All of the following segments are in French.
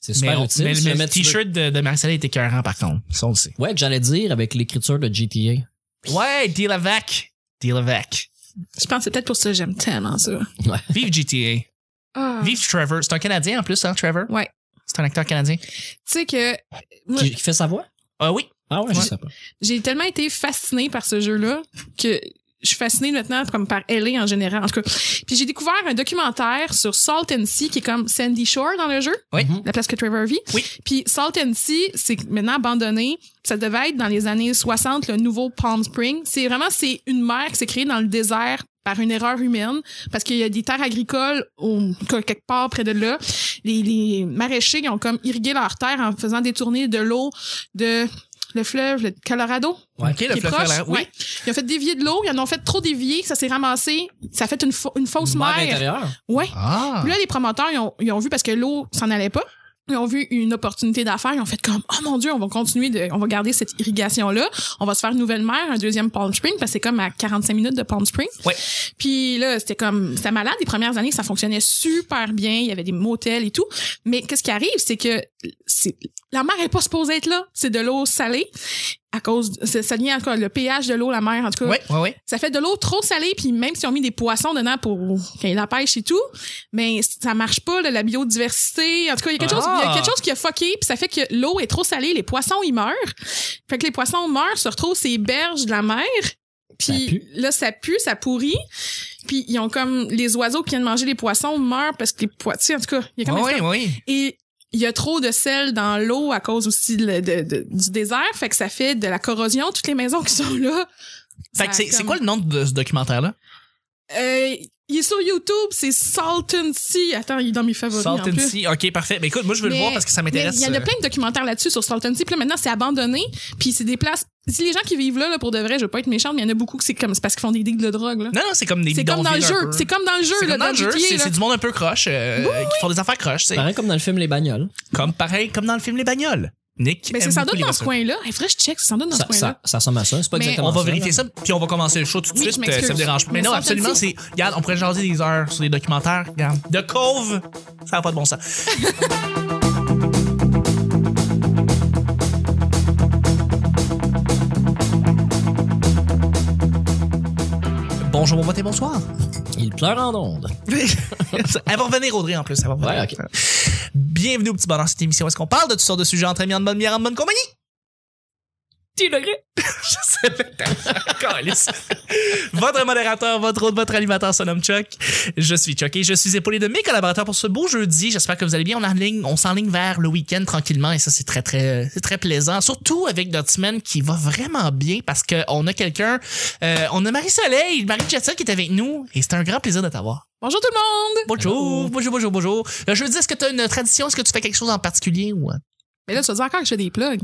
C'est Mais, super on- utile. mais- si mais jamais le tu veux- t-shirt de, de Marcel est écœurant, par contre. Ça, on le sait. Ouais, que j'allais dire avec l'écriture de GTA. Ouais, deal avec. Deal avec. Je pense que c'est peut-être pour ça que j'aime tellement ça. Vive GTA. Ah. Tu Vive Trevor. C'est un Canadien en plus, hein, Trevor? Ouais. C'est un acteur canadien. sais que moi, Qui, qui fait sa voix? Ah oui. Ah ouais, je Ouais. sais pas. j'ai tellement été fascinée par ce jeu-là que je suis fascinée maintenant comme par LA en général. En tout cas, puis j'ai découvert un documentaire sur Salt and Sea qui est comme Sandy Shore dans le jeu. Oui. Mhm. la place que Trevor vit. Oui. Puis Salt and Sea, c'est maintenant abandonné. Ça devait être dans les années 60, le nouveau Palm Spring. C'est vraiment, c'est une mer qui s'est créée dans le désert par une erreur humaine, parce qu'il y a des terres agricoles au, quelque part près de là. Les, les maraîchers ils ont comme irrigué leurs terres en faisant détourner de l'eau de le fleuve, le Colorado. Ouais. OK, le qui est fleuve proche. Colorado. Oui. Ouais. Ils ont fait dévier de l'eau, ils en ont fait trop dévier, ça s'est ramassé, ça a fait une, fa- une fausse Mère mer. intérieure. Ouais. Ah. Puis là, les promoteurs, ils ont, ils ont vu parce que l'eau s'en allait pas. Ils ont vu une opportunité d'affaires. Ils ont fait comme, oh mon Dieu, on va continuer de, on va garder cette irrigation-là. On va se faire une nouvelle mer, un deuxième Palm Spring, parce que c'est comme à 45 minutes de Palm Spring. Ouais. Puis là, c'était comme, c'était malade. Les premières années, ça fonctionnait super bien. Il y avait des motels et tout. Mais qu'est-ce qui arrive, c'est que c'est, la mer est pas supposée être là. C'est de l'eau salée. À cause, ça ça devient encore le pH de l'eau, la mer, en tout cas. Ouais, ouais, ouais. Ça fait de l'eau trop salée, puis même si on mis des poissons dedans pour qu'il y ait la pêche et tout, mais ça marche pas, là, la biodiversité. En tout cas, il y a quelque, chose, il y a Ah! quelque chose qui a fucké, puis ça fait que l'eau est trop salée, les poissons, ils meurent. Fait que les poissons meurent, se retrouvent ces berges de la mer, Ça puis pue. là, ça pue, ça pourrit, puis ils ont comme les oiseaux qui viennent manger les poissons meurent parce que les poissons, en tout cas, il y a comme Ouais, une ouais, ouais. et il y a trop de sel dans l'eau à cause aussi de- de- de- du désert, fait que ça fait de la corrosion. Toutes les maisons qui sont là. Fait que ça c'est c'est comme- quoi le nom de ce documentaire-là? Euh, il est sur YouTube, c'est Salt and Sea. Attends, il est dans mes favoris. Salt en and plus. Sea. OK, parfait. Mais écoute, moi, je veux le Mais- voir parce que ça Mais m'intéresse. euh, Il y en a plein de documentaires là-dessus sur Salt and Sea. Puis là, maintenant, c'est abandonné. Puis c'est des places. Si les gens qui vivent là, là, pour de vrai, je veux pas être méchante, mais il y en a beaucoup que c'est comme c'est parce qu'ils font des digues de drogue. là. Non, non, c'est comme des C'est comme dans le bidonvilles un jeu. peu. C'est comme dans le jeu. C'est là, comme dans le jeu. GTA, C'est là. c'est du monde un peu croche euh, qui font des affaires croches. C'est Pareil comme dans le film Les Bagnoles. comme pareil comme dans le film Les Bagnoles. Nick. Mais aime c'est sans beaucoup doute les dans ce voitures. coin-là. Il faudrait que je check. C'est sans doute dans ce Ça, coin-là. ça, ça ressemble à ça. C'est pas Mais- exactement On va ça, vérifier là. ça, puis on va commencer le show tout de Oui, suite. euh, je m'excuse. ça me dérange pas. Mais On non, sort absolument, c'est. d'ici. Regarde, on pourrait jaser des heures sur des documentaires. Regarde. The Cove, ça n'a pas de bon sens. Bonjour, bon matin, bonsoir. Il pleure en ondes. Elle va revenir, Audrey, en plus. Elle va revenir. Euh, Ouais, ok. Bienvenue au petit bonheur, cette émission. où Est-ce qu'on parle de toutes sortes de sujets entre amis, en bonne bière, en bonne compagnie? Je sais pas. Câlisse. votre modérateur, votre hôte, votre animateur se nomme Chuck. Je suis Chuck et je suis épaulé de mes collaborateurs pour ce beau jeudi. J'espère que vous allez bien. On est en ligne, on s'enligne vers le week-end tranquillement et ça, c'est très, très, c'est très plaisant. Surtout avec notre semaine qui va vraiment bien parce qu'on a quelqu'un, euh, on a Marie-Soleil, Marie Jetson qui est avec nous et c'est un grand plaisir de t'avoir. Bonjour tout le monde! Bonjour, bonjour, bonjour, bonjour. Le jeudi, est-ce que tu as une tradition? Est-ce que tu fais quelque chose en particulier ou? euh? Mais là, tu vas dire encore que je fais des plugs.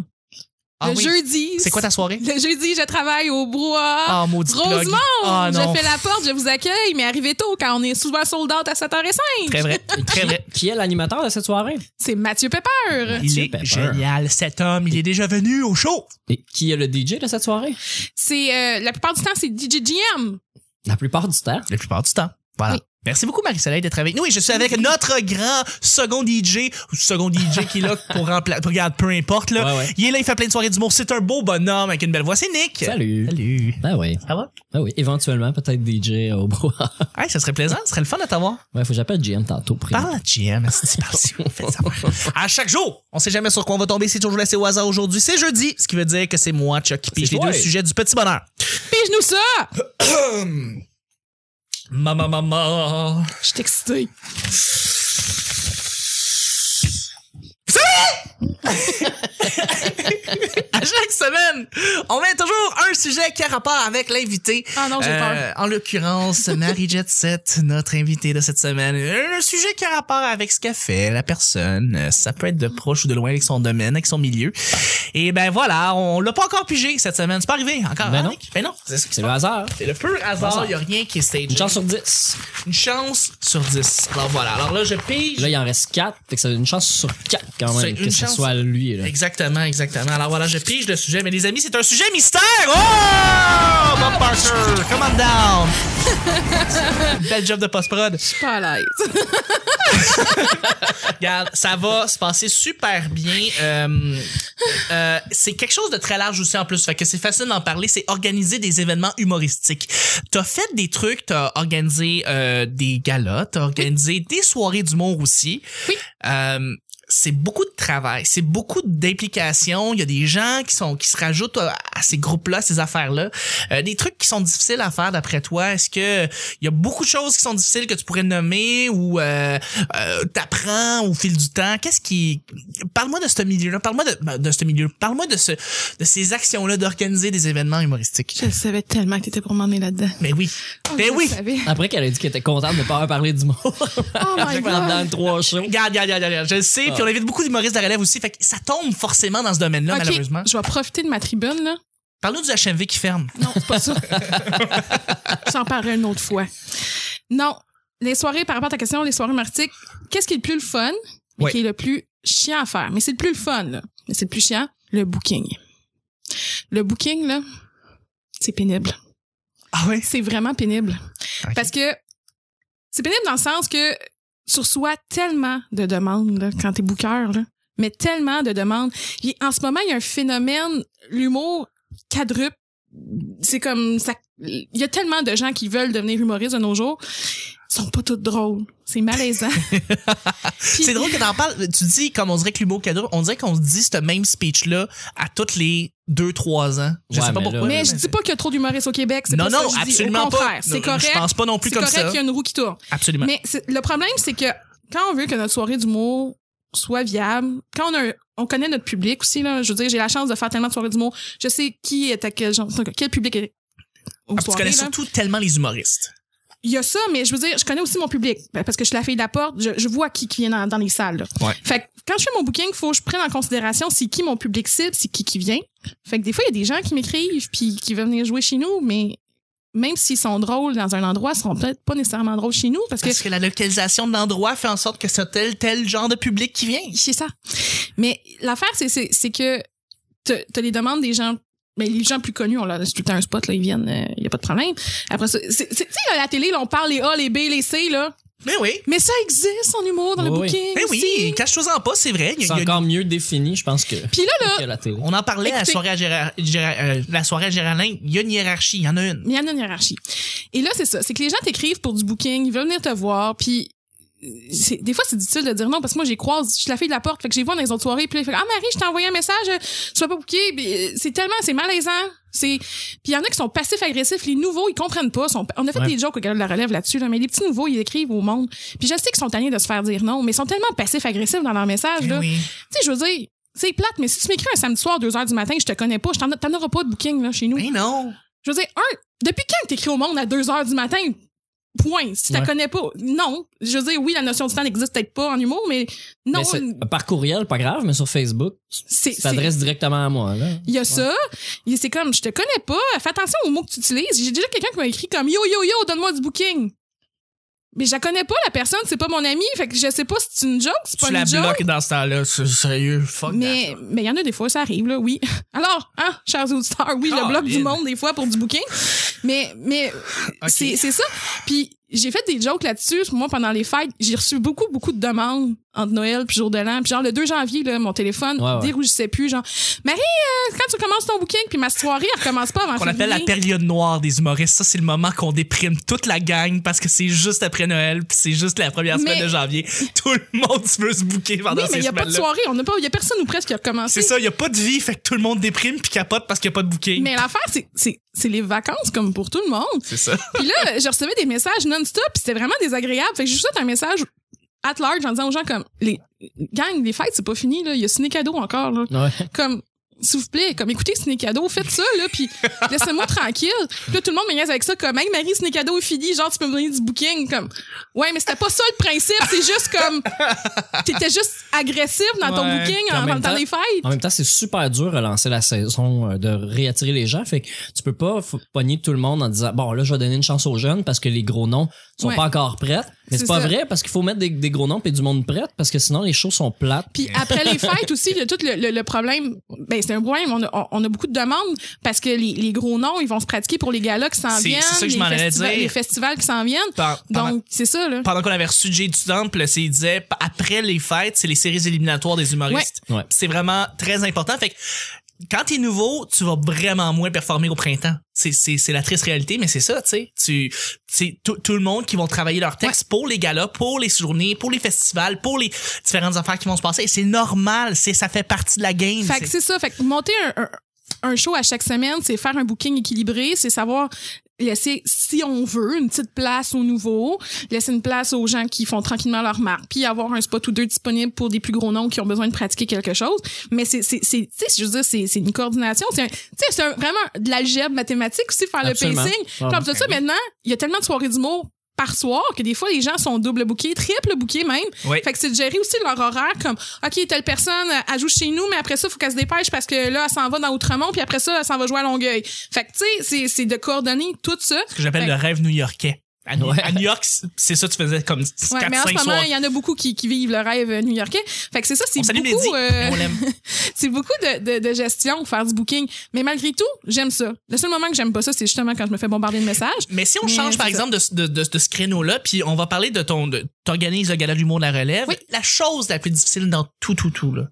Ah le oui. jeudi. C'est quoi ta soirée? Le jeudi, je travaille au brouhaha. Ah, maudit plug. Rosemont, Ah, non. je fais la porte, je vous accueille, mais arrivez tôt car on est souvent sold out à 7h05. Très vrai, très vrai. Qui est l'animateur de cette soirée? C'est Mathieu Pepper. Il Mathieu est Pepper. génial, cet homme. Il est déjà venu au show. Et qui est le DJ de cette soirée? C'est euh, la plupart du temps c'est DJ GM. La plupart du temps. La plupart du temps. Voilà. Oui. Merci beaucoup, Marie-Soleil, d'être avec nous. Et je suis avec notre grand second DJ, ou second DJ qui est là pour remplacer. Regarde, peu importe, là. Ouais, ouais. Il est là, il fait plein de soirées d'humour. C'est un beau bonhomme avec une belle voix. C'est Nick. Salut. Salut. Ah oui. Ça va? Ah oui. Éventuellement, peut-être DJ au brouhaha. Hey, ça serait plaisant, ça serait le fun de t'avoir. Ouais, faut que j'appelle GM tantôt. Primo. Parle à GM, si tu parles, si on fait ça. À chaque jour, on sait jamais sur quoi on va tomber. C'est toujours laissé au hasard aujourd'hui. C'est jeudi, ce qui veut dire que c'est moi, Chuck, qui pige C'est les toi. deux sujets du petit bonheur. Pige-nous ça! Maman, maman. Je suis excitée. À chaque semaine, on met toujours un sujet qui a rapport avec l'invité. Ah non, j'ai peur. Euh, en l'occurrence, Marie Jet Set, notre invitée de cette semaine. Un sujet qui a rapport avec ce qu'a fait la personne. Euh, Ça peut être de proche ou de loin avec son domaine, avec son milieu. Et ben voilà, on l'a pas encore pigé cette semaine. C'est pas arrivé encore. Ben hein, non. Nick? Ben non. C'est ce qui se C'est passe. le hasard. C'est le pur hasard. Hasard. Il y a rien qui est stagé. Une chance sur 10. Une chance sur 10. Alors voilà. Alors là, je pige. Là, il en reste 4. Fait que ça fait une chance sur 4 quand C'est même une que ce chance- soit lui. Là. Exactement, exactement. Alors voilà, je pige le sujet, mais les les amis, c'est un sujet mystère. Oh! Bob Parker, come on down. Bel job de post-prod. Je suis pas à l'aise. Regarde, ça va se passer super bien. Euh, euh, c'est quelque chose de très large aussi en plus. Fait que c'est facile d'en parler. C'est organiser des événements humoristiques. T'as fait des trucs, t'as organisé euh, des galas, t'as organisé des soirées d'humour aussi. Oui. Euh, c'est beaucoup de travail, c'est beaucoup d'implications. Il y a des gens qui sont qui se rajoutent à, à ces groupes-là, ces affaires-là. Euh, des trucs qui sont difficiles à faire d'après toi. Est-ce que il y a beaucoup de choses qui sont difficiles que tu pourrais nommer ou euh, euh, t'apprends au fil du temps Qu'est-ce qui Parle-moi de ce milieu-là. Parle-moi de, de ce milieu. Parle-moi de ce de ces actions-là d'organiser des événements humoristiques. Je savais tellement que t'étais pour m'emmener là-dedans. Mais oui, Ben Oh, je oui. le savais. Après qu'elle a dit qu'elle était contente de ne pas avoir parlé du mot Oh my pendant god. trois shows. Regarde, regarde, regarde, regarde, je le sais. Puis on invite beaucoup d'humoristes de la relève aussi. Fait que ça tombe forcément dans ce domaine-là, Ok, malheureusement. je vais profiter de ma tribune, là. Parle-nous du HMV qui ferme. Non, c'est pas ça. J'en parlerai une autre fois. Non, les soirées, par rapport à ta question, les soirées humoristiques, qu'est-ce qui est le plus le fun, mais Ouais. qui est le plus chiant à faire? Mais c'est le plus le fun, là. Mais c'est le plus chiant, le booking. Le booking, là, c'est pénible. Ah oui? C'est vraiment pénible. Ok. Parce que c'est pénible dans le sens que tu reçois tellement de demandes là, quand t'es booker, là, mais tellement de demandes. Et en ce moment, il y a un phénomène, l'humour quadruple. C'est comme ça. Il y a tellement de gens qui veulent devenir humoristes de nos jours. Ils sont pas tous drôles. C'est malaisant. Puis- C'est drôle que t'en parles. Tu dis, comme on dirait que l'humour cadre, on dirait qu'on se dit ce même speech-là à toutes les 2-3 ans. Je Ouais, sais pas mais là- pourquoi. Mais je dis pas qu'il y a trop d'humoristes au Québec. C'est Non, pas ça non, que je dis. absolument Au contraire, pas. C'est Non, correct. Je pense pas non plus C'est comme correct ça. qu'il y a une roue qui tourne. Absolument. Mais c'est- le problème, c'est que quand on veut que notre soirée d'humour soit viable, quand on, a un- on connaît notre public aussi, là, je veux dire, j'ai la chance de faire tellement de soirées d'humour, je sais qui est à quel genre, quel public est aux Ah, puis tu soirées. connais là. surtout tellement les humoristes. Il y a ça, mais je veux dire, je connais aussi mon public ben, parce que je suis la fille de la porte, je, je vois qui, qui vient dans, dans les salles. là. Ouais. Fait que quand je fais mon booking, faut que je prenne en considération c'est qui mon public cible, c'est qui qui vient. Fait que des fois, il y a des gens qui m'écrivent puis qui veulent venir jouer chez nous, mais même s'ils sont drôles dans un endroit, ils seront peut-être pas nécessairement drôles chez nous parce que Parce que la localisation de l'endroit fait en sorte que c'est tel, tel genre de public qui vient. C'est ça. Mais l'affaire, c'est, c'est, c'est que t'as t'as les demandes des gens. Mais les gens plus connus, on leur laisse tout le temps un spot, là, ils viennent, il y a pas de problème. Après ça, c'est, c'est- tu sais, à la télé, là, on parle les A, les B, les C, là. Mais oui. Mais ça existe en humour, dans le Oui, Ben oui. booking. Mais oui, aussi. cache-toi-en pas, c'est vrai. Il y C'est a- il y a- encore mieux défini, je pense, que, Puis là, là, que la télé. On en parlait à la Écoutez- soirée à, Gérard- Gérard- euh, la soirée à Géraldin. Il y a une hiérarchie, il y en a une. il y en a une hiérarchie. Et là, c'est ça. C'est que les gens t'écrivent pour du booking, ils veulent venir te voir, puis euh, c'est- des fois, c'est difficile de dire non parce que moi, j'ai croise, je suis la fille de la porte, fait que j'ai vois dans les autres soirées, puis là, ils font, Ah, Marie, je t'ai envoyé un message, euh, tu vas pas booker. Puis, euh, C'est tellement, c'est malaisant. C'est... Puis il y en a qui sont passifs-agressifs. Les nouveaux, ils comprennent pas. sont- On a fait Ouais. des jokes au gars de la relève là-dessus, là, mais les petits nouveaux, ils écrivent au monde. Puis je sais qu'ils sont tannés de se faire dire non, mais ils sont tellement passifs-agressifs dans leur message. Là. Eh Oui. Tu sais, je veux dire, c'est plate, mais si tu m'écris un samedi soir, 2 heures du matin, je te connais pas, je t'en- t'en auras pas de booking là, chez nous. Mais non. Je veux dire, un, depuis quand t'écris au monde à 2 heures du matin? Point. Si tu Ouais. connais pas, non. Je veux dire, oui, la notion du temps n'existe peut-être pas en humour, mais non. Mais c'est- par courriel, pas grave, mais sur Facebook, C'est. tu c'est- t'adresses directement à moi. Là. Il y a ça. Il- C'est comme, je te connais pas. Fais attention aux mots que tu utilises. J'ai déjà quelqu'un qui m'a écrit comme, yo, yo, yo, donne-moi du booking. Mais je la connais pas, la personne, c'est pas mon ami. Fait que je sais pas si c'est une joke, c'est pas Tu une la joke. bloques dans ce temps-là. C'est Sérieux, fuck that. Mais mais il y en a des fois, ça arrive, là, oui. Alors, hein, chers auditeurs, oui, je bloque du Colin. monde des fois pour du bouquin. Mais, mais Ok. c'est c'est ça. Puis j'ai fait des jokes là-dessus. Moi, pendant les fêtes, j'ai reçu beaucoup, beaucoup de demandes entre Noël puis jour de l'an. Puis genre, le 2 janvier, là, mon téléphone Ouais, ouais. dérougissait plus. Genre, Marie, euh, quand tu commences ton booking, puis ma soirée, elle recommence pas avant qu'on appelle la février. période noire des humoristes. Ça, c'est le moment qu'on déprime toute la gang parce que c'est juste après Noël, puis c'est juste la première semaine Mais- de janvier. Tout le monde veut se bouquer pendant Oui, mais ces il y a pas de semaines-là. soirée. On n'a pas, il y a personne ou presque qui a recommencé. C'est ça, il y a pas de vie, fait que tout le monde déprime puis capote parce qu'il n'y a pas de bouquet. Mais l'affaire, c'est- c'est c'est les vacances comme pour tout le monde. C'est ça. Puis là, je recevais des messages non-stop, puis c'était vraiment désagréable. Fait que je vous souhaite un message at large en disant aux gens comme les gang, les fêtes, c'est pas fini là, il y a ciné cadeau encore là. Ouais. Comme s'il vous plaît, comme écoutez ciné cadeau, faites ça là puis laissez-moi tranquille. Puis là tout le monde me niaise avec ça comme hey Marie ciné cadeau est fini, genre tu peux me donner du booking comme ouais, mais c'était pas ça le principe, c'est juste comme t'étais juste agressif dans ton Ouais. booking En en, même en temps temps- des fêtes. En même temps, c'est super dur de relancer la saison, euh, de réattirer les gens. Fait que tu peux pas f- pogner tout le monde en disant Bon, là, je vais donner une chance aux jeunes parce que les gros noms sont Ouais. pas encore prêts. Mais C'est c'est pas ça. vrai parce qu'il faut mettre des, des gros noms et du monde prête parce que sinon les shows sont plates. Puis après les fêtes aussi, il y a tout le, le- le problème. Ben, c'est un problème. On a, on a beaucoup de demandes parce que les, les gros noms, ils vont se pratiquer pour les galas qui s'en C'est- viennent, c'est ça que je les, m'en allais festivals, dire. les festivals qui s'en viennent. Pen- pendant- Donc, c'est ça, là. pendant qu'on avait reçu Jay du Temple, il disait p- après les fêtes, c'est les séries éliminatoires des humoristes. Ouais. Ouais. C'est vraiment très important. Fait que quand t'es nouveau, tu vas vraiment moins performer au printemps. C'est, c'est, c'est la triste réalité, mais c'est ça, tu sais. Tu, c'est tout, tout le monde qui vont travailler leurs textes pour les galas, pour les journées, pour les festivals, pour les différentes affaires qui vont se passer. Et c'est normal, c'est, ça fait partie de la game. Fait que c'est ça. Fait que monter un, un- un show à chaque semaine, c'est faire un booking équilibré, c'est savoir laisser, si on veut, une petite place aux nouveaux, laisser une place aux gens qui font tranquillement leur marque, puis avoir un spot ou deux disponible pour des plus gros noms qui ont besoin de pratiquer quelque chose. Mais c'est, c'est, c'est- tu sais, je veux dire, c'est, c'est une coordination. C'est, un- tu sais, c'est un- vraiment de l'algèbre mathématique aussi, faire Absolument. le pacing. Ah, Comme ça, ben oui. maintenant, il y a tellement de soirées d'humour par soir que des fois, les gens sont double bookés, triple bookés même. Oui. Fait que c'est de gérer aussi leur horaire comme, OK, telle personne, elle joue chez nous, mais après ça, faut qu'elle se dépêche parce que là, elle s'en va dans Outremont, puis après ça, elle s'en va jouer à Longueuil. Fait que, tu sais, c'est- c'est de coordonner tout ça. ce que j'appelle fait- le rêve new-yorkais. À, New- Ouais. à New York, c'est- c'est ça, tu faisais comme Ouais, 4-5 mais en ce moment, soirs. il y en a beaucoup qui, qui vivent le rêve euh, new-yorkais. Fait que c'est ça, c'est On salue Mehdi, beaucoup, euh, on l'aime. c'est beaucoup de, de, de gestion, faire du booking. Mais malgré tout, j'aime ça. Le seul moment que j'aime pas ça, c'est justement quand je me fais bombarder de messages. Mais si on Mais change, c'est par ça. exemple, de, de, de, de ce créneau-là, puis on va parler de ton. de- T'organises le gala d'humour de la relève. Oui. La chose la plus difficile dans tout, tout, tout, là.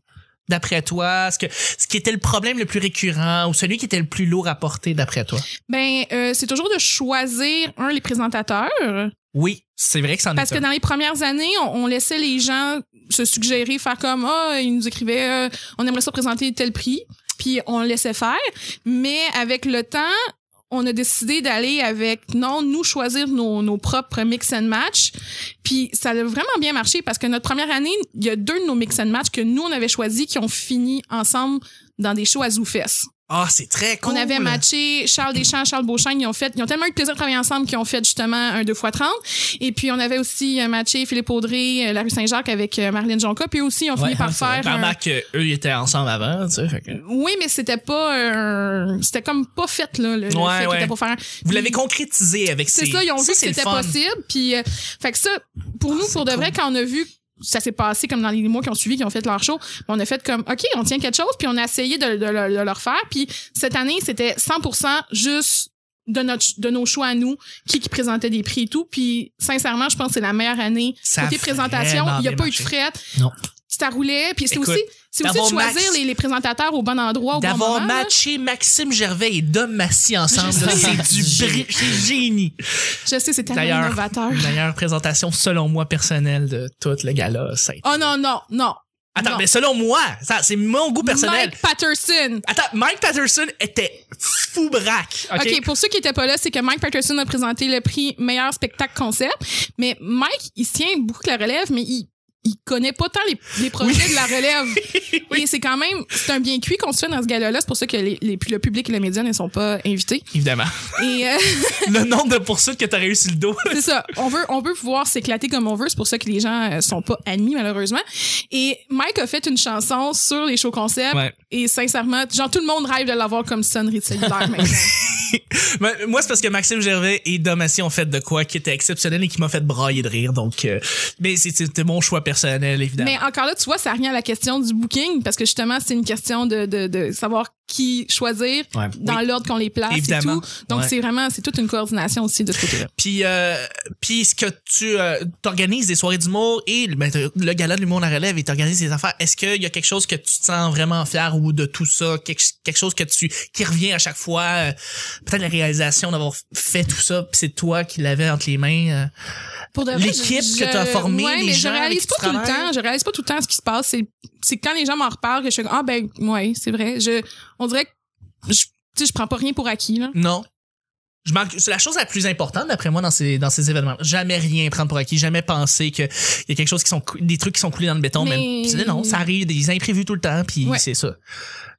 D'après toi, ce, que, ce qui était le problème le plus récurrent ou celui qui était le plus lourd à porter d'après toi? Ben, euh, c'est toujours de choisir, un, les présentateurs. Oui, c'est vrai que c'en Parce est que un. dans les premières années, on, on laissait les gens se suggérer, faire comme ah, ils nous écrivaient, euh, on aimerait ça présenter tel prix, puis on le laissait faire. Mais avec le temps, on a décidé d'aller avec non, nous choisir nos, nos propres mix and match. Puis ça a vraiment bien marché parce que notre première année, il y a deux de nos mix and match que nous on avait choisis qui ont fini ensemble dans des shows à Zoufest. Ah, c'est très cool. On avait matché Charles Deschamps, Charles Beauchamp. Ils ont fait, ils ont tellement eu de plaisir de travailler ensemble qu'ils ont fait justement un 2 x 30. Et puis, on avait aussi euh, matché Philippe Audrey, euh, la rue Saint-Jacques avec euh, Marlène Jonca. Puis aussi, on finit Ouais, par c'est vrai. faire. un- Remarque qu'eux, ils étaient ensemble avant, tu sais. fait que- Oui, mais c'était pas un- C'était comme pas fait, là, le, le Ouais, fait ouais. qu'il était pour faire un- Vous Puis- l'avez concrétisé avec C'est ces- ça, ils ont vu que c'est le c'était fun. Ah, possible. Puis, euh, fait que ça, pour nous, pour de vrai, quand on a vu ça s'est passé comme dans les mois qui ont suivi, qui ont fait leur show, ben, on a fait comme, OK, on tient quelque chose, puis on a essayé de, de, le- de le refaire. Puis cette année, c'était 100% juste de notre de nos choix à nous qui qui présentait des prix et tout puis sincèrement je pense que c'est la meilleure année Ça a côté présentation vraiment il y a bien pas marché. eu de fret Non. ça roulait puis c'est Écoute, aussi c'est aussi de d'avoir choisir Max- les, les présentateurs au bon endroit au bon moment D'avoir là. matché Maxime Gervais et Dom Massy ensemble, là, c'est du bri- c'est génie. je sais c'est tellement D'ailleurs- innovateur Une meilleure présentation, selon moi, personnelle de tout le gala. ça a été- oh non non non Attends, non. mais selon moi, ça, c'est mon goût personnel. Mike Patterson Attends, Mike Patterson était fou braque. OK. OK, pour ceux qui étaient pas là, c'est que Mike Patterson a présenté le prix meilleur spectacle concept. Mais Mike, il se tient beaucoup que la relève, mais il, il connaît pas tant les, les projets de la relève. Et c'est quand même, c'est un bien cuit qu'on se fait dans ce gala-là. C'est pour ça que les, les- le public et les médias ne sont pas invités. Évidemment. Et euh, le nombre de poursuites que t'aurais eu sur le dos. c'est ça. On veut, on veut pouvoir s'éclater comme on veut. C'est pour ça que les gens euh, sont pas admis, malheureusement. Et Mike a fait une chanson sur les shows concept. Ouais. Et sincèrement, genre, tout le monde rêve de l'avoir comme sonnerie de cellulaire maintenant. Mais moi, c'est parce que Maxime Gervais et Dom Massy ont fait de quoi qui était exceptionnel et qui m'a fait brailler de rire. Donc, euh, mais c'est- c'était mon choix personnel, évidemment. Mais encore là, tu vois, ça revient à la question du booking, parce que justement, c'est une question de, de, de savoir qui choisir Ouais. dans l'ordre qu'on les place Évidemment. et tout. Donc, Ouais. c'est vraiment, c'est toute une coordination aussi de ce côté-là. Puis, euh, puis ce que tu euh, t'organises des soirées d'humour et ben, t'as- le gala de l'humour à la relève et t'organises des affaires, est-ce qu'il y a quelque chose que tu te sens vraiment fier ou de tout ça, quelque, quelque chose que tu qui revient à chaque fois, euh, peut-être la réalisation d'avoir fait tout ça, puis c'est toi qui l'avais entre les mains. euh. Pour de vrai, L'équipe je- que t'as je- formée, ouais, les mais je gens avec réalise qui pas tu tout le travailles. temps. Je réalise pas tout le temps ce qui se passe. C'est, c'est quand les gens m'en reparlent que je suis comme, ah ben, ouais, c'est vrai. Je, on dirait que je, tu sais, je prends pas rien pour acquis, là. Non. Je manque, c'est la chose la plus importante d'après moi dans ces dans ces événements. Jamais rien prendre pour acquis, jamais penser que il y a quelque chose qui sont cou- des trucs qui sont coulés dans le béton. Mais- Même, Puis non, ça arrive des imprévus tout le temps, puis Ouais. c'est ça.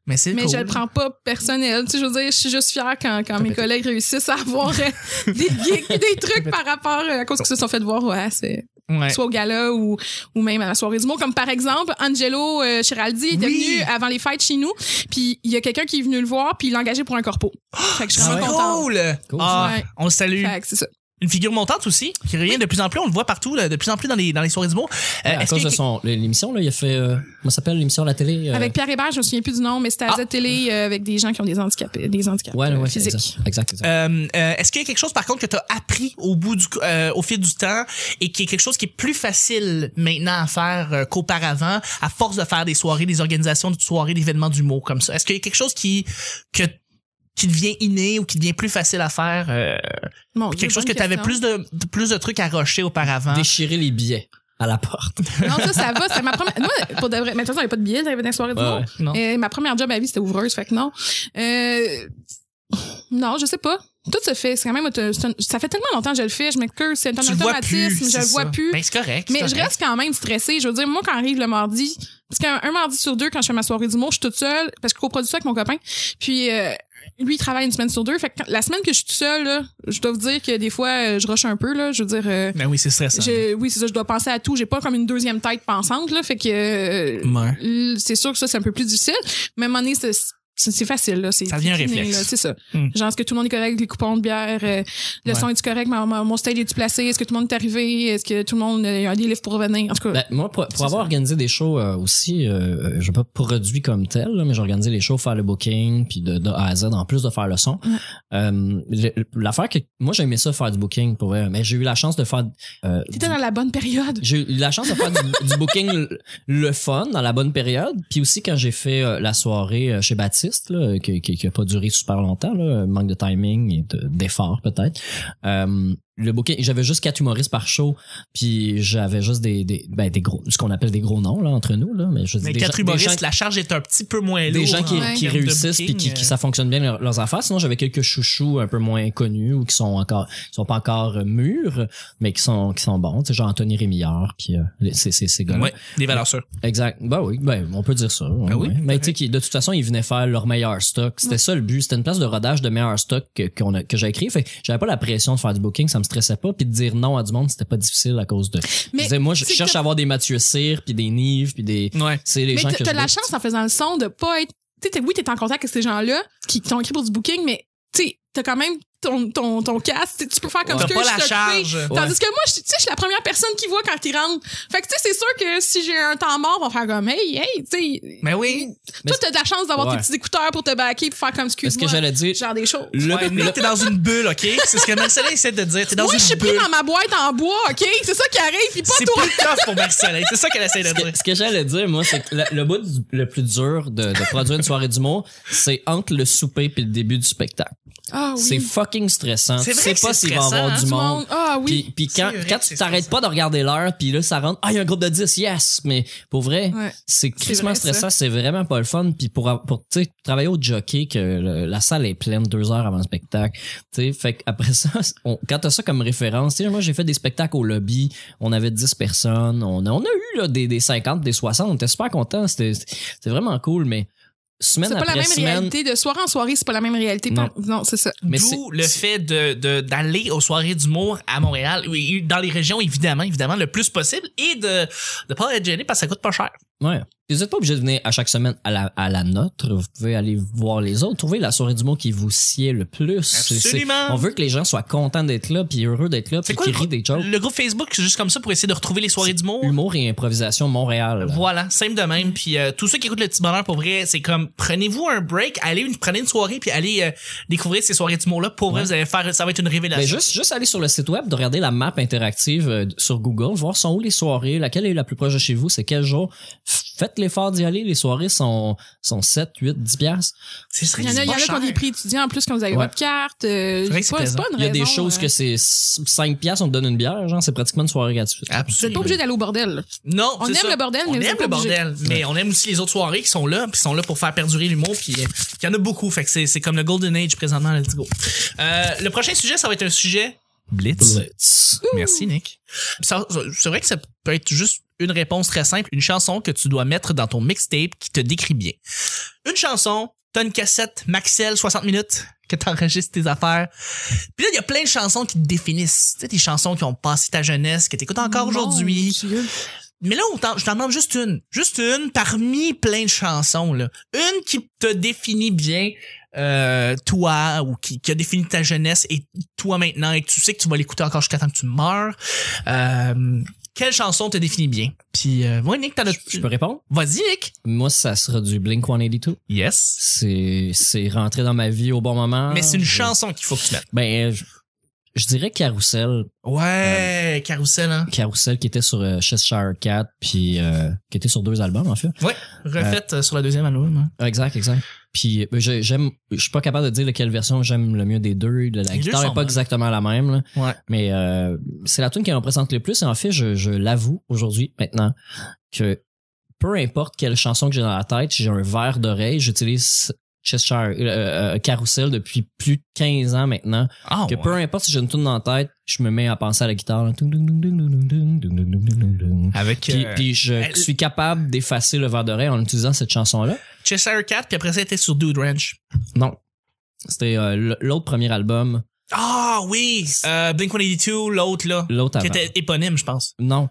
Mais c'est Mais cool. je le prends pas personnel. Tu sais, je veux dire, je suis juste fière quand, quand mes collègues réussissent à avoir euh, des, gigs, des trucs par rapport euh, à cause qu'ils se sont fait voir. Ouais, c'est, Ouais. soit au gala ou, ou même à la soirée du mot. Comme par exemple, Angelo euh, Chiraldi était Oui. venu avant les fêtes chez nous, puis il y a quelqu'un qui est venu le voir, puis il l'a engagé pour un corpo. Fait que je suis Oh, C'est Euh. vraiment contente. Ah cool! Cool. Ah, Ouais. on le salue. Fait que c'est ça. une figure montante aussi, qui revient de plus en plus. On le voit partout, là, de plus en plus dans les, dans les soirées du mot. Euh, Euh, Ouais, à cause de son l'émission là, il a fait euh, comment ça s'appelle l'émission à la télé euh, Avec Pierre Hébert, je me souviens plus du nom, mais c'était à Ah. la télé euh, avec des gens qui ont des handicaps, des handicaps ouais, euh, ouais, physiques. exact, exact, exact. Euh, euh, Est-ce qu'il y a quelque chose par contre que tu as appris au bout du euh, au fil du temps et qui est quelque chose qui est plus facile maintenant à faire euh, qu'auparavant à force de faire des soirées, des organisations de soirées, d'événements d'humour comme ça Est-ce qu'il y a quelque chose qui que qui devient inné ou qui devient plus facile à faire euh, Mon Dieu, quelque chose que bonne tu avais question. plus de de- plus de trucs à rocher auparavant Déchirer les billets à la porte. Non, ça, ça va. C'était ma première. Moi, pour de vrai. Mais de toute façon, j'avais pas de billets, j'avais des soirées du Ouais, monde. non Euh, ma première job à vie, c'était ouvreuse, fait que non. Euh, non, je sais pas. Tout se fait. C'est quand même. auto- c'est un- Ça fait tellement longtemps que je le fais. Je m'excuse. C'est un Tu le vois plus, automatisme. Je c'est le vois ça. plus. Ben, c'est correct. Mais c'est je correct. reste quand même stressée. Je veux dire, moi, quand arrive le mardi, parce qu'un un mardi sur deux, quand je fais ma soirée d'humour, je suis toute seule, parce que je coproduis ça avec mon copain. Puis, euh, lui, il travaille une semaine sur deux. Fait que quand- la semaine que je suis toute seule, là, je dois vous dire que des fois, euh, je rush un peu, là. Je veux dire, euh, Ben oui, c'est stressant. je- oui, c'est ça, je dois penser à tout. J'ai pas comme une deuxième tête pensante, là. Fait que, euh, Ouais. l- c'est sûr que ça, c'est un peu plus difficile. Mais à un moment donné, c'est- c'est c'est facile, là. C'est- Ça devient un c'est fini, réflexe. là, C'est ça. Hmm. Genre, est-ce que tout le monde est correct, les coupons de bière, euh, le Ouais. son est-tu correct, ma- ma- mon style est-tu placé, est-ce que tout le monde est arrivé, est-ce que tout le monde euh, a des livres pour revenir, en tout cas. Ben, moi, pour, pour C'est avoir ça. organisé des shows euh, aussi, euh, je pas produit comme tel, là, mais j'ai organisé les shows, faire le booking, puis de, de A à Z, en plus de faire le son. Ouais. Euh, le- L'affaire que moi j'aimais ça faire du booking pour vrai, mais j'ai eu la chance de faire euh, T'étais dans la bonne période. J'ai eu la chance de faire du, du booking le- le fun dans la bonne période. Puis aussi quand j'ai fait euh, la soirée euh, chez Baptiste, là, qui, qui, qui a pas duré super longtemps, là, manque de timing et de- d'effort peut-être. Euh, le booking, j'avais juste quatre humoristes par show, puis j'avais juste des, des, ben, des gros, ce qu'on appelle des gros noms là entre nous là, mais je dis Mais des quatre gens- des humoristes, gens- la charge est un petit peu moins lourde. des gens qui, hein, en qui termes de réussissent puis booking, qui, qui euh. ça fonctionne bien leur- leurs affaires sinon j'avais quelques chouchous un peu moins connus ou qui sont encore qui sont pas encore euh, mûrs mais qui sont qui sont bons tu sais genre Anthony Rémillard puis euh, les- ces ces ces gars-là Ouais, des valeurs sûres. exact ben oui ben on peut dire ça ouais, Ben oui, ouais. mais tu sais qui- de toute façon ils venaient faire leur meilleur stock c'était ça le but c'était une place de rodage de meilleur stock que qu'on a- que j'ai écrit fait que j'avais pas la pression de faire du booking ça me stressait pas puis de dire non à du monde c'était pas difficile à cause de Mais je disais, moi je c'est cherche que- à avoir des Mathieu Cyr puis des Nives puis des Ouais. c'est les Mais gens t'as que je t'as la book. chance en faisant le son de pas être. Tu sais, t'es- oui, t'es en contact avec ces gens-là qui t'ont écrit pour du booking, mais tu sais, t'as quand même ton, ton, ton casque. tu sais, Tu peux faire comme T'as que pas je la suis occupée. charge. Tandis que moi, je suis- tu sais, je suis la première personne qui voit quand ils rentrent. Fait que, tu sais, c'est sûr que si j'ai un temps mort, on va faire comme, hey, hey, tu sais. Mais Ben oui. Mais Toi, t'as de la chance d'avoir Ouais. tes petits écouteurs pour te backer pour faire comme, est-ce que excuse-moi. j'allais dire Genre des choses. Le- Ouais, Nick, t'es dans une bulle, OK? C'est ce que Marcelin essaie de dire. T'es dans Moi, une je suis pris bulle. dans ma boîte en bois, OK? C'est ça qui arrive, puis pas C'est toi. plus tough pour Marcelin. C'est ça qu'elle essaie de Ce dire. que, ce que j'allais dire, moi, c'est que la- le bout du- le plus dur de, de produire une soirée d'humour, c'est entre le souper puis le début du spectacle. Ah C'est fucking stressant. C'est Tu vrai sais que pas c'est s'il va y stressant, avoir hein, du monde. Ah oui. Puis, puis quand, C'est vrai quand que c'est tu t'arrêtes pas de regarder l'heure, puis là, ça rentre, ah, il y a un groupe de 10, yes! Mais pour vrai, Ouais. c'est C'est crissement vrai, stressant, c'est vraiment pas le fun. Puis pour, av- pour tu sais, travailler au jockey, que le- la salle est pleine deux heures avant le spectacle, tu sais, fait qu'après ça, on, quand t'as ça comme référence, tu sais, moi j'ai fait des spectacles au lobby, on avait 10 personnes, on, a- on a eu là, des, des 50, des 60, on était super contents, c'était c'était vraiment cool, mais semaine C'est pas la après même semaine... réalité. De soirée en soirée, c'est pas la même réalité. Non. Non, c'est ça. Mais D'où c'est- le c'est- fait de de- d'aller aux soirées d'humour à Montréal, oui, dans les régions évidemment, évidemment le plus possible, et de de pas être gêné parce que ça coûte pas cher. Ouais. Vous n'êtes pas obligé de venir à chaque semaine à la, à la nôtre. Vous pouvez aller voir les autres. Trouvez la soirée du mot qui vous sied le plus. C'est- c'est- Absolument. on veut que les gens soient contents d'être là, puis heureux d'être là, C'est puis quoi qu'ils le rient des jokes. Le groupe Facebook, c'est juste comme ça pour essayer de retrouver les soirées d'humour. Humour et improvisation Montréal. là. Voilà, simple de même. Puis euh, tous ceux qui écoutent le petit bonheur, pour vrai, c'est comme prenez-vous un break, allez une, prenez une soirée, puis allez euh, découvrir ces soirées d'humour là. Pour vrai, Ouais. vous allez faire, ça va être une Mais révélation. juste, juste aller sur le site web, de regarder la map interactive euh, sur Google, voir sont où les soirées, laquelle est la plus proche de chez vous, c'est quel jour. Faites l'effort d'y aller. Les soirées sont, sont 7, 8, 10 piastres. C'est hein. Il y en a, il y en a qui ont des prix étudiants en plus quand vous avez Ouais. votre carte. euh, C'est vrai que c'est pas, c'est c'est pas une Il y a des raison, choses hein. euh, que c'est 5 piastres, on te donne une bière. Genre, c'est pratiquement une soirée gratuite. Ah, Vous êtes pas Absolument. obligé d'aller au bordel. Non, On c'est aime ça. le bordel, on mais vous aime êtes le pas obligé. bordel, mais on aime aussi les autres soirées qui sont là, puis sont là pour faire perdurer l'humour, puis euh, il y en a beaucoup. Fait que c'est c'est comme le Golden Age présentement. Let's go. Euh, le prochain sujet, ça va être un sujet Blitz. Blitz. Merci, Nick. Ça- C'est vrai que ça peut être juste une réponse très simple, une chanson que tu dois mettre dans ton mixtape qui te décrit bien. Une chanson, t'as une cassette Maxell 60 minutes que t'enregistres tes affaires. Puis là, il y a plein de chansons qui te définissent. Tu sais, des chansons qui ont passé ta jeunesse, que t'écoutes encore Mon aujourd'hui. Dieu. Mais là, on t'en- je t'en demande juste une. Juste une parmi plein de chansons. Là. Une qui te définit bien euh, toi ou qui, qui a défini ta jeunesse et toi maintenant et que tu sais que tu vas l'écouter encore jusqu'à temps que tu meurs. Euh, quelle chanson te définit bien? Puis, euh, ouais, Nick, t'en as... Je peux répondre? Vas-y, Nick. Moi, ça sera du Blink 182. Yes. C'est, c'est rentré dans ma vie au bon moment. Mais c'est une Je- chanson qu'il faut que tu mettes. Ben, je, je dirais Carousel. Ouais, Carousel, hein. Carousel qui était sur euh, Cheshire Cat, puis euh, qui était sur deux albums, en fait. Refaite euh, sur la deuxième album. hein. Exact, exact. Puis euh, je- j'aime, je suis pas capable de dire laquelle version j'aime le mieux des deux. De la Les deux guitare sont n'est pas bonnes. exactement la même, là. Ouais. mais euh, c'est la tune qui représente le plus. Et en fait, je, je l'avoue aujourd'hui, maintenant, que peu importe quelle chanson que j'ai dans la tête, j'ai un verre d'oreille, j'utilise Cheshire, euh, euh, Carousel depuis plus de 15 ans maintenant. Ah, Que ouais. peu importe si j'ai une tune dans la tête, je me mets à penser à la guitare. là. Dung, dung, dung, dung, dung, dung, dung, dung, dung, dung, dung. Avec Puis, euh, puis je Elle- suis capable d'effacer le verre d'oreille en utilisant cette chanson-là. Cheshire Cat, puis après ça, elle était sur Dude Ranch. Non. C'était euh, l- l'autre premier album, Ah oui! Euh, Blink-182, l'autre là. l'autre Qui avant. était éponyme, je pense. Non.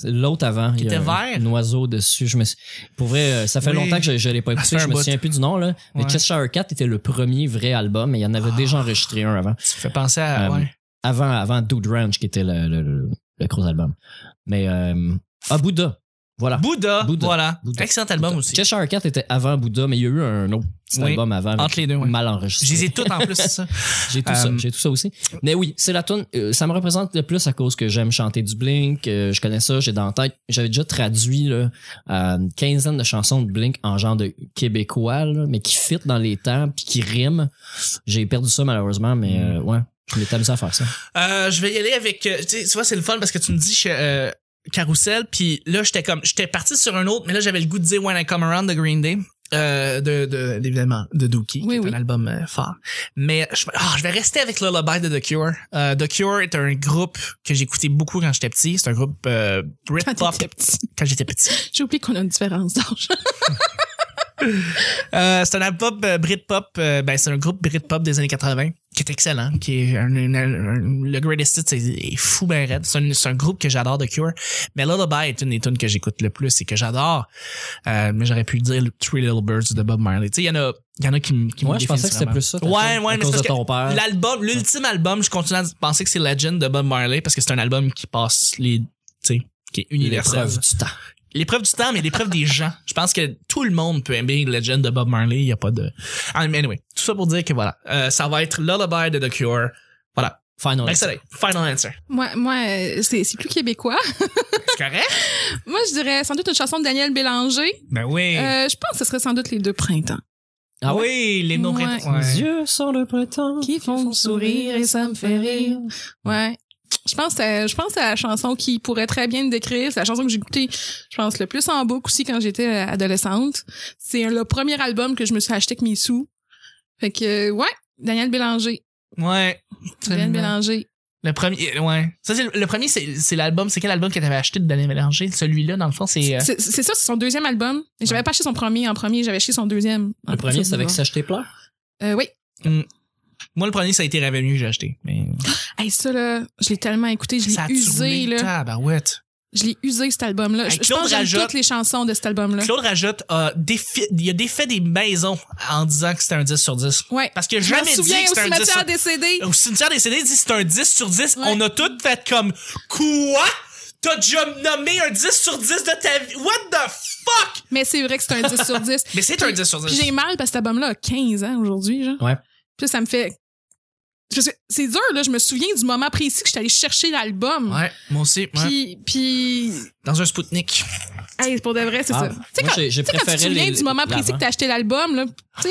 C'est L'autre avant. il Qui y a un- était vert? Un oiseau dessus. Je me suis- Pour vrai, euh, ça fait Oui. longtemps que je, je l'ai pas Ça écouté. fait Je un me bout. souviens plus du nom, là. Mais Ouais. Cheshire Cat était le premier vrai album, mais il y en avait Ah. déjà enregistré un avant. Tu fais penser à. Euh, ouais. Avant, avant Dude Ranch, qui était le, le, le- le gros album. Mais, euh, ah, Bouddha. Voilà. Bouddha, Bouddha. voilà. Bouddha. Excellent album aussi. Cheshire Cat était avant Bouddha, mais il y a eu un autre petit Oui. album avant. avec- Entre les deux, ouais. Mal enregistré. Je les ai toutes en plus, ça. J'ai tout Euh, ça, j'ai tout ça aussi. Mais oui, c'est la tune. euh, ça me représente le plus à cause que j'aime chanter du Blink. euh, je connais ça, j'ai dans la tête. J'avais déjà traduit là, euh, une quinzaine de chansons de Blink en genre de québécois, là, mais qui fit dans les temps puis qui riment. J'ai perdu ça malheureusement, mais euh, ouais, je m'étais amusé à faire ça. Euh, je vais y aller avec. euh, tu sais, tu vois, c'est le fun parce que tu me dis je- euh, Carousel, puis là, j'étais comme. J'étais parti sur un autre, mais là, j'avais le goût de dire When I Come Around de Green Day. Euh, de, de, évidemment, de Dookie, Oui, qui est oui. un album euh, fort. Mais je, ah, je vais rester avec Lullaby de The Cure. Euh, The Cure est un groupe que j'écoutais beaucoup quand j'étais petit. C'est un groupe euh, Quand Britpop t'étais petit. quand j'étais petit. J'ai oublié qu'on a une différence d'âge. Euh, c'est un album euh, Britpop, euh, ben c'est un groupe Britpop des années 80 qui est excellent, qui est un, un- un- le greatest hits c'est est fou ben raide. C'est un, c'est un groupe que j'adore de Cure, mais Lullaby est une des tunes que j'écoute le plus et que j'adore. Euh, mais j'aurais pu dire Three Little Birds de Bob Marley. Tu sais, il y en a il y en a qui me- qui me Moi, je définissent pensais que c'était vraiment. plus ça. ta Ouais, tune, ouais, à cause mais c'est de parce ton père. L'album, l'ultime album, je continue à penser que c'est Legend de Bob Marley parce que c'est un album qui passe les, tu sais, qui est universel. L'épreuve du temps. L'épreuve du temps, mais l'épreuve des gens. Je pense que tout le monde peut aimer Legend de Bob Marley. Il n'y a pas de... Ah, mais Anyway, tout ça pour dire que voilà, euh, ça va être Lullaby de The Cure. Voilà. Final. Excellent. Final answer. Moi, moi euh, c'est c'est plus québécois. C'est correct? Moi, je dirais sans doute une chanson de Daniel Bélanger. Ben oui. Euh, je pense que ce serait sans doute les deux printemps. Ah ouais? oui, les noms Ouais. prétendus. Ouais. Les yeux sont le printemps Oh, Qui font sourire et ça me fait rire. Ouais. Je pense, à, je pense à la chanson qui pourrait très bien me décrire. C'est la chanson que j'ai écoutée, je pense, le plus en boucle aussi quand j'étais euh, adolescente. C'est le premier album que je me suis acheté avec mes sous. Fait que, euh, ouais, Daniel Bélanger. Ouais. Daniel Bélanger. Le premier, ouais. Ça, c'est le, le premier, c'est c'est l'album. C'est quel album que t'avais acheté de Daniel Mélanger? Celui-là, dans le fond, c'est. euh, C'est c'est ça, c'est son deuxième album. Mais J'avais pas acheté son premier en premier, j'avais acheté son deuxième. Le premier, c'est avec Sacheté Pleur. Euh, oui. Moi, le premier, ça a été Revenu que j'ai acheté. Mais... Hey, ça, là, je l'ai tellement écouté, Ah, je Ça a l'ai usé, tourné. là. Tabarouette. Je l'ai usé, cet album-là. Hey, Je, je Claude pense que j'aime Rajotte. toutes les chansons de cet album-là. Claude Rajotte a défait, il a défait des maisons en disant que c'était un 10 sur 10. Ouais. Parce qu'il a Je me jamais dit que souviens c'était aussi un 10 sur Mathieu décédé. Au cimetière des CD, il dit c'est un 10 sur 10. Ouais. On a toutes fait comme Quoi? T'as déjà nommé un 10 sur 10 de ta vie? What the fuck? Mais c'est vrai que c'est un 10 sur 10. Mais c'est un 10 sur Puis 10. j'ai mal parce que cet album-là a 15 ans aujourd'hui, genre. Ouais. Puis là, ça me fait. je sais- C'est dur, là. Je me souviens du moment précis que j'étais allée chercher l'album. Ouais, moi aussi. ouais. Puis, puis, Dans un Spoutnik. hey, pour de vrai, c'est Ah, ça. moi, Tu sais, quand, j'ai- j'ai tu sais, quand tu te préféré souviens les- du moment précis l'avant. que t'as acheté l'album, là, tu sais.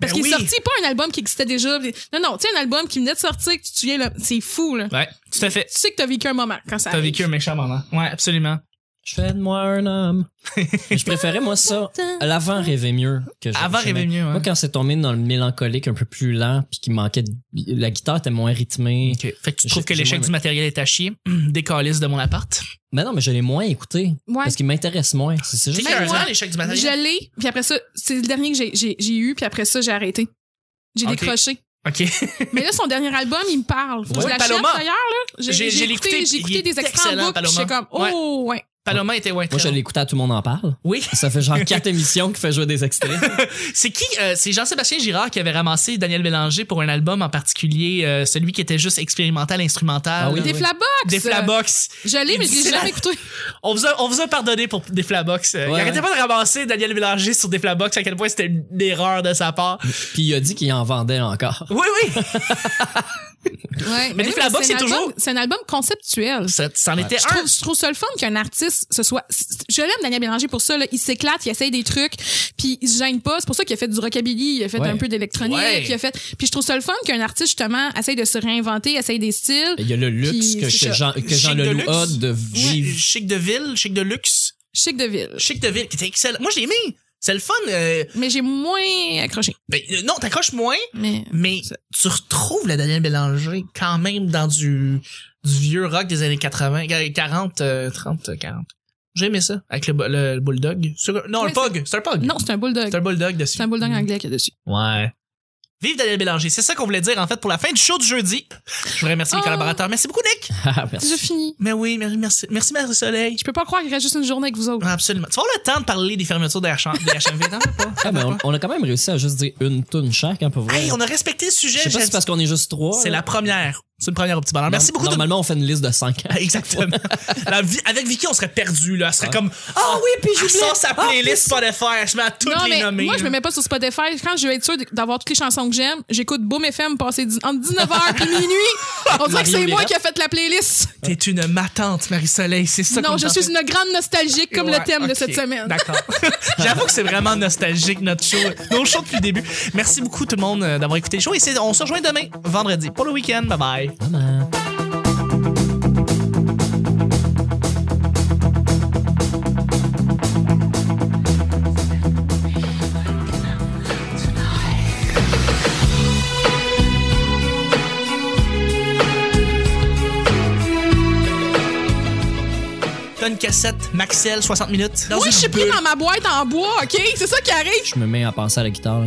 Parce Ben qu'il est oui. sorti pas un album qui existait déjà. Non, non, tu sais, un album qui venait de sortir, que tu te souviens, là, c'est fou, là. Ouais, tout à fait. Tu sais que t'as vécu un moment quand ça T'as vécu un méchant moment. Ouais, absolument. Je fais de moi un homme. je préférais, moi, ça. à L'avant rêvait mieux que je- Avant, j'aimais. rêvait mieux. Moi, Hein. quand c'est tombé dans le mélancolique un peu plus lent, puis qui manquait de... La guitare était moins rythmée. Ok. Fait que tu J'ai- trouves que j'ai l'échec moins du matériel est à chier. Des calices de mon appart. Mais non, mais je l'ai moins écouté. Ouais. Parce qu'il m'intéresse moins. C'est c'est T'es juste... Mais cœur, moi, hein, l'échec du Je matériel. l'ai, puis après ça, c'est le dernier que j'ai- j'ai j'ai eu, puis après ça, j'ai arrêté. J'ai Ok. décroché. Ok. Mais là, son dernier album, il me parle. Faut que Ouais, je l'achète Paloma. d'ailleurs, là. J'ai- J'ai j'ai j'ai l'écouté, écouté, j'ai il est écouté des extraits excellent, en boucle, puis j'étais comme, Paloma. oh, ouais. Paloma était ouais, très Moi, je bon. l'ai écouté à Tout le monde en parle. Oui. Ça fait genre quatre émissions qui fait jouer des extraits. C'est qui euh, C'est Jean-Sébastien Girard qui avait ramassé Daniel Bélanger pour un album en particulier, euh, celui qui était juste expérimental, instrumental. Ah oui. Des Flabox! Des Flabox. Je l'ai, mais je l'ai C'est la- jamais écouté. On vous, a, on vous a pardonné pour des Flabox. Euh, Ouais, il arrêtait ouais. pas de ramasser Daniel Bélanger sur des Flabox à quel point c'était une erreur de sa part. Puis il a dit qu'il en vendait encore. Oui, oui. Ouais, Mais oui, les Flabox, un c'est album- toujours- C'est un album conceptuel. Ça, c'en était Je un. trouve, je trouve ça le fun qu'un artiste ce soit. Je l'aime Daniel Bélanger pour ça. Là. Il s'éclate, il essaye des trucs, puis il se gêne pas. C'est pour ça qu'il a fait du rockabilly, il a fait Ouais. un peu d'électronique, Ouais. il a fait. Puis je trouve ça le fun qu'un artiste justement essaye de se réinventer, essaye des styles. Il y a le luxe Puis que, c'est chez ça. Jean, que Chic Jean de Leloup luxe. a de Oui, vivre. chic de ville, chic de luxe, Chic de ville. chic de ville qui était excellent. Moi, j'ai aimé. C'est le fun. euh, Mais j'ai moins accroché. ben, euh, non, t'accroches moins, Mais mais tu retrouves le Daniel Bélanger quand même dans du, du vieux rock des années 80, euh, 40, euh, 30, euh, 40. J'ai aimé ça avec le, bu- le bulldog. Sur- non, Oui, le pug. C'est un pug. non, c'est un bulldog. C'est un bulldog dessus. C'est un bulldog anglais qu'il y a dessus. Ouais. Vive Daniel Bélanger. C'est ça qu'on voulait dire, en fait, pour la fin du show du jeudi. Je voudrais remercier mes Oh. collaborateurs. Merci beaucoup, Nick. Ah, C'est merci. déjà fini. Mais oui, merci, merci, merci Marie-Soleil. Je peux pas croire qu'il reste juste une journée avec vous autres. Absolument. Tu vas avoir le temps de parler des fermetures des HM- des HMV, t'en as pas? Ah, mais on, on a quand même réussi à juste dire une toune chaque, hein, pour vrai. Hey, on a respecté le sujet. Je sais pas si c'est parce qu'on est juste trois. C'est là. la première. C'est une première au petit bonheur. Merci Norm- beaucoup. de- Normalement, on fait une liste de cinq. Exactement. La vie- avec Vicky, on serait perdu là. Elle serait Ah. comme Ah oui, puis je sors sa playlist Spotify. Je mets à toutes Ah, non, les mais nommées. moi, je me mets pas sur Spotify. Quand je veux être sûre d'avoir toutes les chansons que j'aime, j'écoute Boom FM passer dix- entre 19h et minuit. On dirait que c'est Mario moi Lévesque. qui a fait la playlist. T'es une matante, Marie-Soleil. C'est ça qu'on Non, je t'entend. suis une grande nostalgique comme Ouais, le thème de ok. cette semaine. D'accord. J'avoue que c'est vraiment nostalgique notre show, nos shows depuis le début. Merci beaucoup tout le monde euh, d'avoir écouté le show et c'est- on se rejoint demain, vendredi, pour le week-end. Bye bye. Maman. Tonne cassette, Maxel, 60 minutes. Dans Moi, une je suis pris bulle. dans ma boîte en bois, OK? C'est ça qui arrive. Je me mets à penser à la guitare.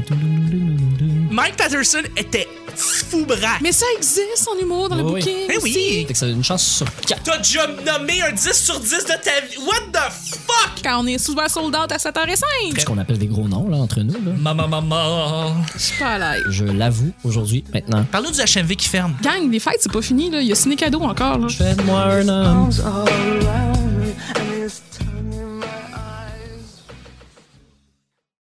Mike Patterson était fou braque. Mais ça existe en humour dans le Oui, oui. booking. Eh oui. aussi. Fait que ça a une chance sur quatre. T'as déjà nommé un 10 sur 10 de ta vie. What the fuck? Quand on est souvent sold out à 7h05. Ce qu'on appelle des gros noms, là, entre nous, là. Maman, maman. Je suis pas à l'aise. Je l'avoue aujourd'hui, maintenant. Parle-nous du HMV qui ferme. Gang, les fêtes, c'est pas fini, là. Il y a ciné cadeau encore, là. Faites-moi un homme. all around